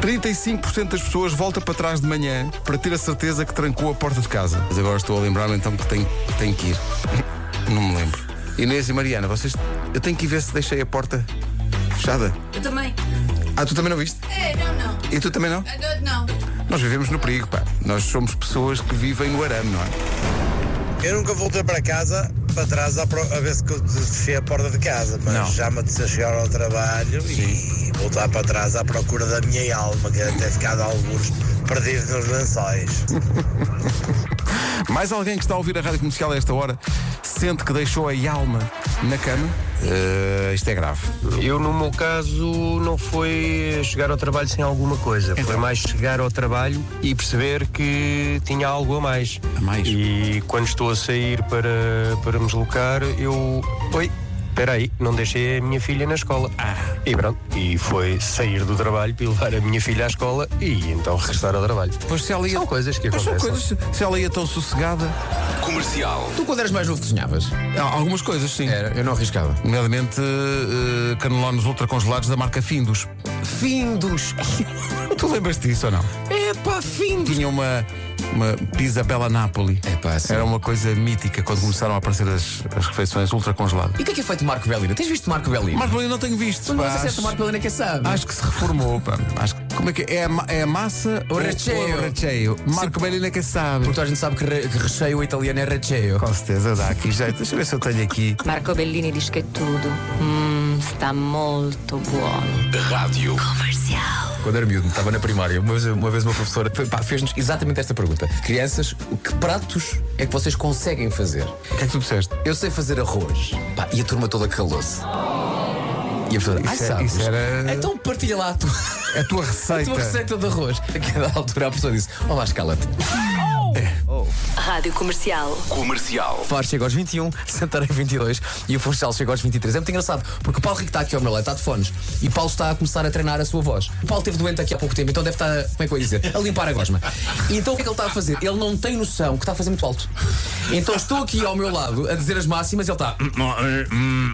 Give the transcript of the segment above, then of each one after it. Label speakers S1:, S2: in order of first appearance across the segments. S1: 35% das pessoas volta para trás de manhã para ter a certeza que trancou a porta de casa. Mas agora estou a lembrar-me então que tenho, tenho que ir. Não me lembro. Inês e Mariana, vocês. Eu tenho que ir ver se deixei a porta fechada.
S2: Eu também.
S1: Ah, tu também não viste?
S2: É, não, não.
S1: E tu também não?
S2: Eu Não.
S1: Nós vivemos no perigo, pá. Nós somos pessoas que vivem no arame, não é?
S3: Eu nunca voltei para casa, para trás, a, pro- a ver se que eu fechei a porta de casa, mas
S1: Não.
S3: já me apeteceu chegar ao trabalho e voltar para trás à procura da minha alma, que até ficado alguns perdido nos lençóis.
S1: Mais alguém que está a ouvir a rádio comercial a esta hora sente que deixou a alma na cama? Eh, isto é grave.
S4: Eu, no meu caso, não foi chegar ao trabalho sem alguma coisa.
S1: Então.
S4: Foi mais chegar ao trabalho e perceber que tinha algo a mais.
S1: A mais?
S4: E quando estou a sair para, para me deslocar, eu. Oi, espera aí, não deixei a minha filha na escola.
S1: Ah.
S4: E pronto. E foi sair do trabalho para levar a minha filha à escola e então regressar ao trabalho.
S1: Pois se ela ia.
S4: São coisas que
S1: Pois são
S4: acontecem.
S1: coisas. Se ela ia tão sossegada.
S5: Comercial.
S6: Tu quando eras mais novo desenhavas?
S1: Há algumas coisas, sim.
S6: Era, eu não arriscava.
S1: Nomeadamente eh, eh, canelones ultracongelados da marca Findus.
S6: Findos!
S1: Tu lembras disso ou não?
S6: Epá, findos!
S1: Tinha uma, uma pizza Bella Napoli.
S6: Epá, sim.
S1: Era uma coisa mítica quando começaram a aparecer as, as refeições ultracongeladas.
S6: E o que é que é feito Marco Bellina? Tens visto Marco Bellina?
S1: Mas eu não tenho visto.
S6: Mas não
S1: pá.
S6: sei se é esta Marco Bellina que sabe.
S1: Acho que se reformou, pá. Acho que, como é que é? É a, ma- é a massa ou-
S6: recheio.
S1: ou é o recheio? Marco Bellina que sabe.
S6: Porque toda a gente sabe que, re- que recheio italiano é recheio.
S1: Com certeza dá aqui jeito. Deixa eu ver se eu tenho aqui.
S7: Marco Bellini dice che è tutto. Mmm, sta molto buono.
S5: Rádio.
S6: Quando era miúdo, estava na primária, uma vez uma, vez uma professora pá, fez-nos exatamente esta pergunta: Crianças, o que pratos é que vocês conseguem fazer?
S1: O que é que tu disseste?
S6: Eu sei fazer arroz. Pá, e a turma toda calou-se. E a pessoa, ai,
S1: Isso é-
S6: sabes?
S1: isso era-
S6: Então partilha lá a tua,
S1: A tua
S6: a
S1: receita.
S6: tua receita de arroz. A cada altura a pessoa disse: Ó, Vasco, cala-te.
S7: Radio Comercial.
S5: Comercial.
S6: Faro chega aos 21, Santarém 22 e o Funchal chega aos 23. É muito engraçado, porque o Paulo Rico está aqui ao meu lado, está de fones, e Paulo está a começar a treinar a sua voz. O Paulo esteve doente aqui há pouco tempo, então deve estar, como é que eu ia dizer, a limpar a gosma. E então o que é que ele está a fazer? Ele não tem noção que está a fazer muito alto. Então estou aqui ao meu lado a dizer as máximas e ele está... "Hum,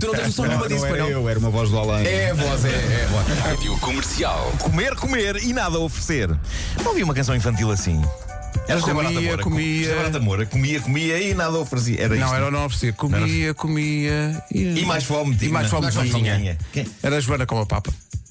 S6: tu não tens noção nenhuma disso,
S1: é
S6: para não?
S8: eu, era uma voz do além.
S6: É a voz, é, é a voz.
S5: Rádio Comercial.
S9: Comer, comer e nada a oferecer. Não havia uma canção infantil assim. Era José
S1: Comia,
S9: Barata Moura.
S1: comia.
S9: José Barata Moura. Comia, comia e nada a oferecia. Era
S1: Não,
S9: isto.
S1: era o não oferecer. Comia, comia.
S9: E mais fome
S1: E
S9: tinha.
S1: mais fome
S9: Mais fome
S1: tinha.
S9: tinha. Quem?
S1: Era a Joana com a papa.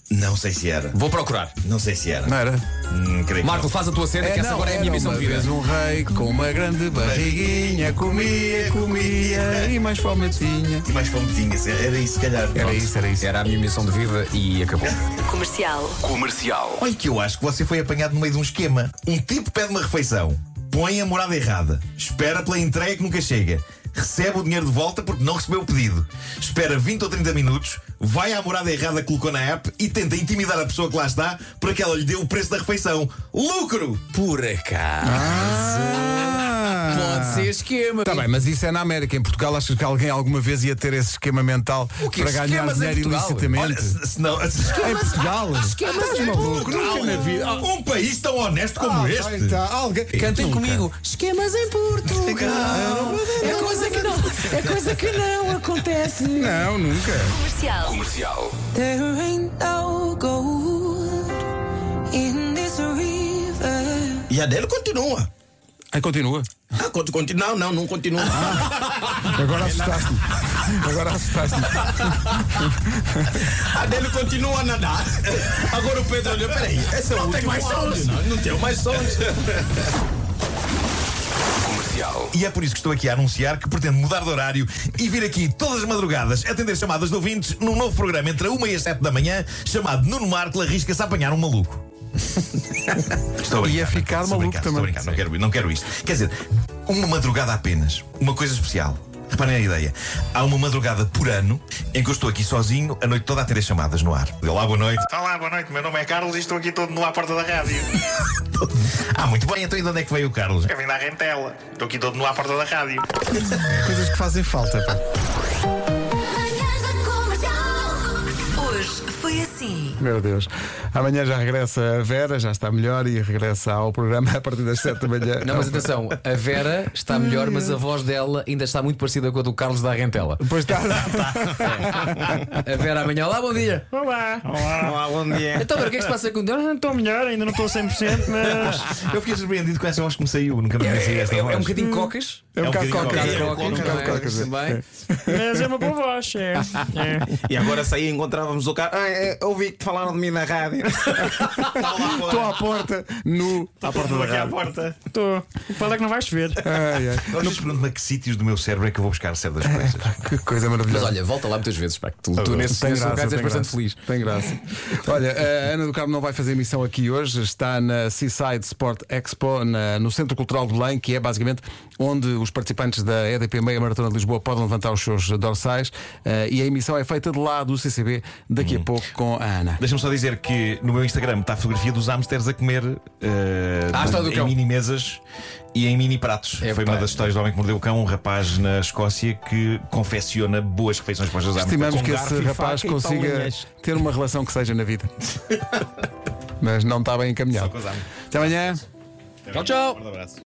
S9: Não sei se era.
S6: Vou procurar.
S9: Não sei se era.
S1: Não era?
S9: Hum, creio que
S6: Marco, faz a tua cena, que essa agora é a minha
S1: era
S6: missão
S1: uma
S6: de vida.
S1: vez um rei com uma grande barriguinha. Comia, comia e mais fome tinha.
S9: não. E mais fome tinha. se- Era isso, se calhar.
S1: Era isso, era isso.
S6: Era a minha missão de vida e acabou.
S7: Comercial.
S5: Comercial.
S9: Olha que eu acho que você foi apanhado no meio de um esquema. Um tipo pede uma refeição, põe a morada errada, espera pela entrega que nunca chega, recebe o dinheiro de volta porque não recebeu o pedido, espera 20 ou 30 minutos, vai à morada errada que colocou na app e tenta intimidar a pessoa que lá está para que ela lhe dê o preço da refeição. Lucro!
S6: Por acaso.
S1: Ah.
S6: Pode ser esquema.
S1: Está bem, mas isso é na América. Em Portugal, achas que alguém alguma vez ia ter esse esquema mental
S6: O quê?
S1: para ganhar
S6: Esquemas em
S1: dinheiro
S6: Portugal?
S9: Olha,
S1: ilicitamente?
S9: se se não. se-
S1: em Portugal? Estás maluco? Nunca na vida.
S9: Um país tão honesto como
S1: Ah,
S9: este!
S1: então, alguém-
S6: Cantem
S1: Nunca.
S6: comigo. Esquemas em Portugal. É coisa que não, é coisa que não acontece.
S1: Não, nunca.
S7: Comercial.
S5: Comercial.
S10: There ain't no gold in this river.
S3: E a dele continua.
S1: Aí continua.
S3: Ah, conti- conti- não, não, não continua.
S1: Ah. Agora assustaste-me. Agora assustaste-me.
S3: A dele continua a nadar. Agora o Pedro olhou, peraí, esse é o não último tem mais não, não tem mais sons.
S5: Comercial.
S9: E é por isso que estou aqui a anunciar que pretendo mudar de horário e vir aqui todas as madrugadas atender chamadas de ouvintes num novo programa entre a 1 e as 7 da manhã, chamado Nuno Marco arrisca-se a apanhar um maluco. estou a brincar,
S1: Ia ficar
S9: estou
S1: maluco
S9: a brincar,
S1: também.
S9: Estou a brincar, não quero, não quero isto. Quer dizer, uma madrugada apenas, uma coisa especial. Reparem a ideia. Há uma madrugada por ano em que eu estou aqui sozinho a noite toda a ter as chamadas no ar. Olá, boa noite. Olá, boa noite. Meu nome é Carlos e estou aqui todo nu à porta da rádio. ah, muito bem. Então, e de onde é que veio o Carlos? Eu vim da Rentela. Estou aqui todo nu à porta da rádio.
S1: Coisas que fazem falta, pá.
S7: Hoje foi assim.
S1: Meu Deus. Amanhã já regressa a Vera, já está melhor e regressa ao programa a partir das 7 da manhã.
S6: Não, mas atenção, a Vera está melhor, mas a voz dela ainda está muito parecida com a do Carlos da Rentela.
S1: Depois está.
S6: A Vera amanhã, olá, bom dia.
S2: Olá.
S9: Olá, bom dia.
S6: Então, Vera, o que é que se passa com o
S2: Ah, Não estou melhor, ainda não estou 100%, mas.
S9: Eu fiquei surpreendido com essa voz que me saiu. Nunca me pensei esta
S6: É
S9: voz.
S6: um bocadinho cocas.
S1: É um bocado
S9: bocadinho
S1: cócas.
S9: cócas,
S1: É um
S9: cócas,
S1: bocado cócas, é.
S6: também.
S2: Mas é uma boa voz, é. é.
S9: E agora saí e encontrávamos o carro. Ah, é, ouvi que te falaram de mim na rádio. Estava lá a
S1: Estou
S9: falar.
S1: à porta, nu, à porta da
S9: Estou aqui à
S1: rádio.
S9: porta.
S2: Estou. Qual é que não vais chover?
S1: Ai, ai.
S9: Não pergunto-me a que sítios do meu cérebro é que eu vou buscar certas coisas.
S1: Que coisa maravilhosa.
S6: Mas olha, volta lá muitas vezes, pá, que tu, tu nesse,
S1: Tem
S6: nesse
S1: graça,
S6: lugar és
S1: tem
S6: bastante
S1: graça.
S6: feliz.
S1: Tem graça. Olha, a Ana do Carmo não vai fazer emissão aqui hoje, está na Seaside Sport Expo, na- no Centro Cultural de Belém, que é basicamente onde os participantes da EDP Meia Maratona de Lisboa podem levantar os seus dorsais. eh, e a emissão é feita de lá do CCB daqui a pouco com a Ana.
S9: Deixa-me só dizer que no meu Instagram está a fotografia dos hamsters a comer eh,
S6: Ah, está do
S9: em
S6: cão.
S9: mini mesas e em mini pratos.
S6: É,
S9: Foi
S6: pá.
S9: uma das histórias do homem que mordeu o cão, um rapaz na Escócia que confecciona boas refeições para os seus
S1: Estimamos
S9: hamsters.
S1: que
S9: Com
S1: esse
S9: garfo e
S1: rapaz
S9: faca e
S1: consiga
S9: paulinhas.
S1: ter uma relação que seja na vida. Mas não está bem
S9: Só
S1: encaminhado.
S9: com os hamsters.
S1: Até amanhã.
S6: Tchau, tchau.
S9: Um abraço.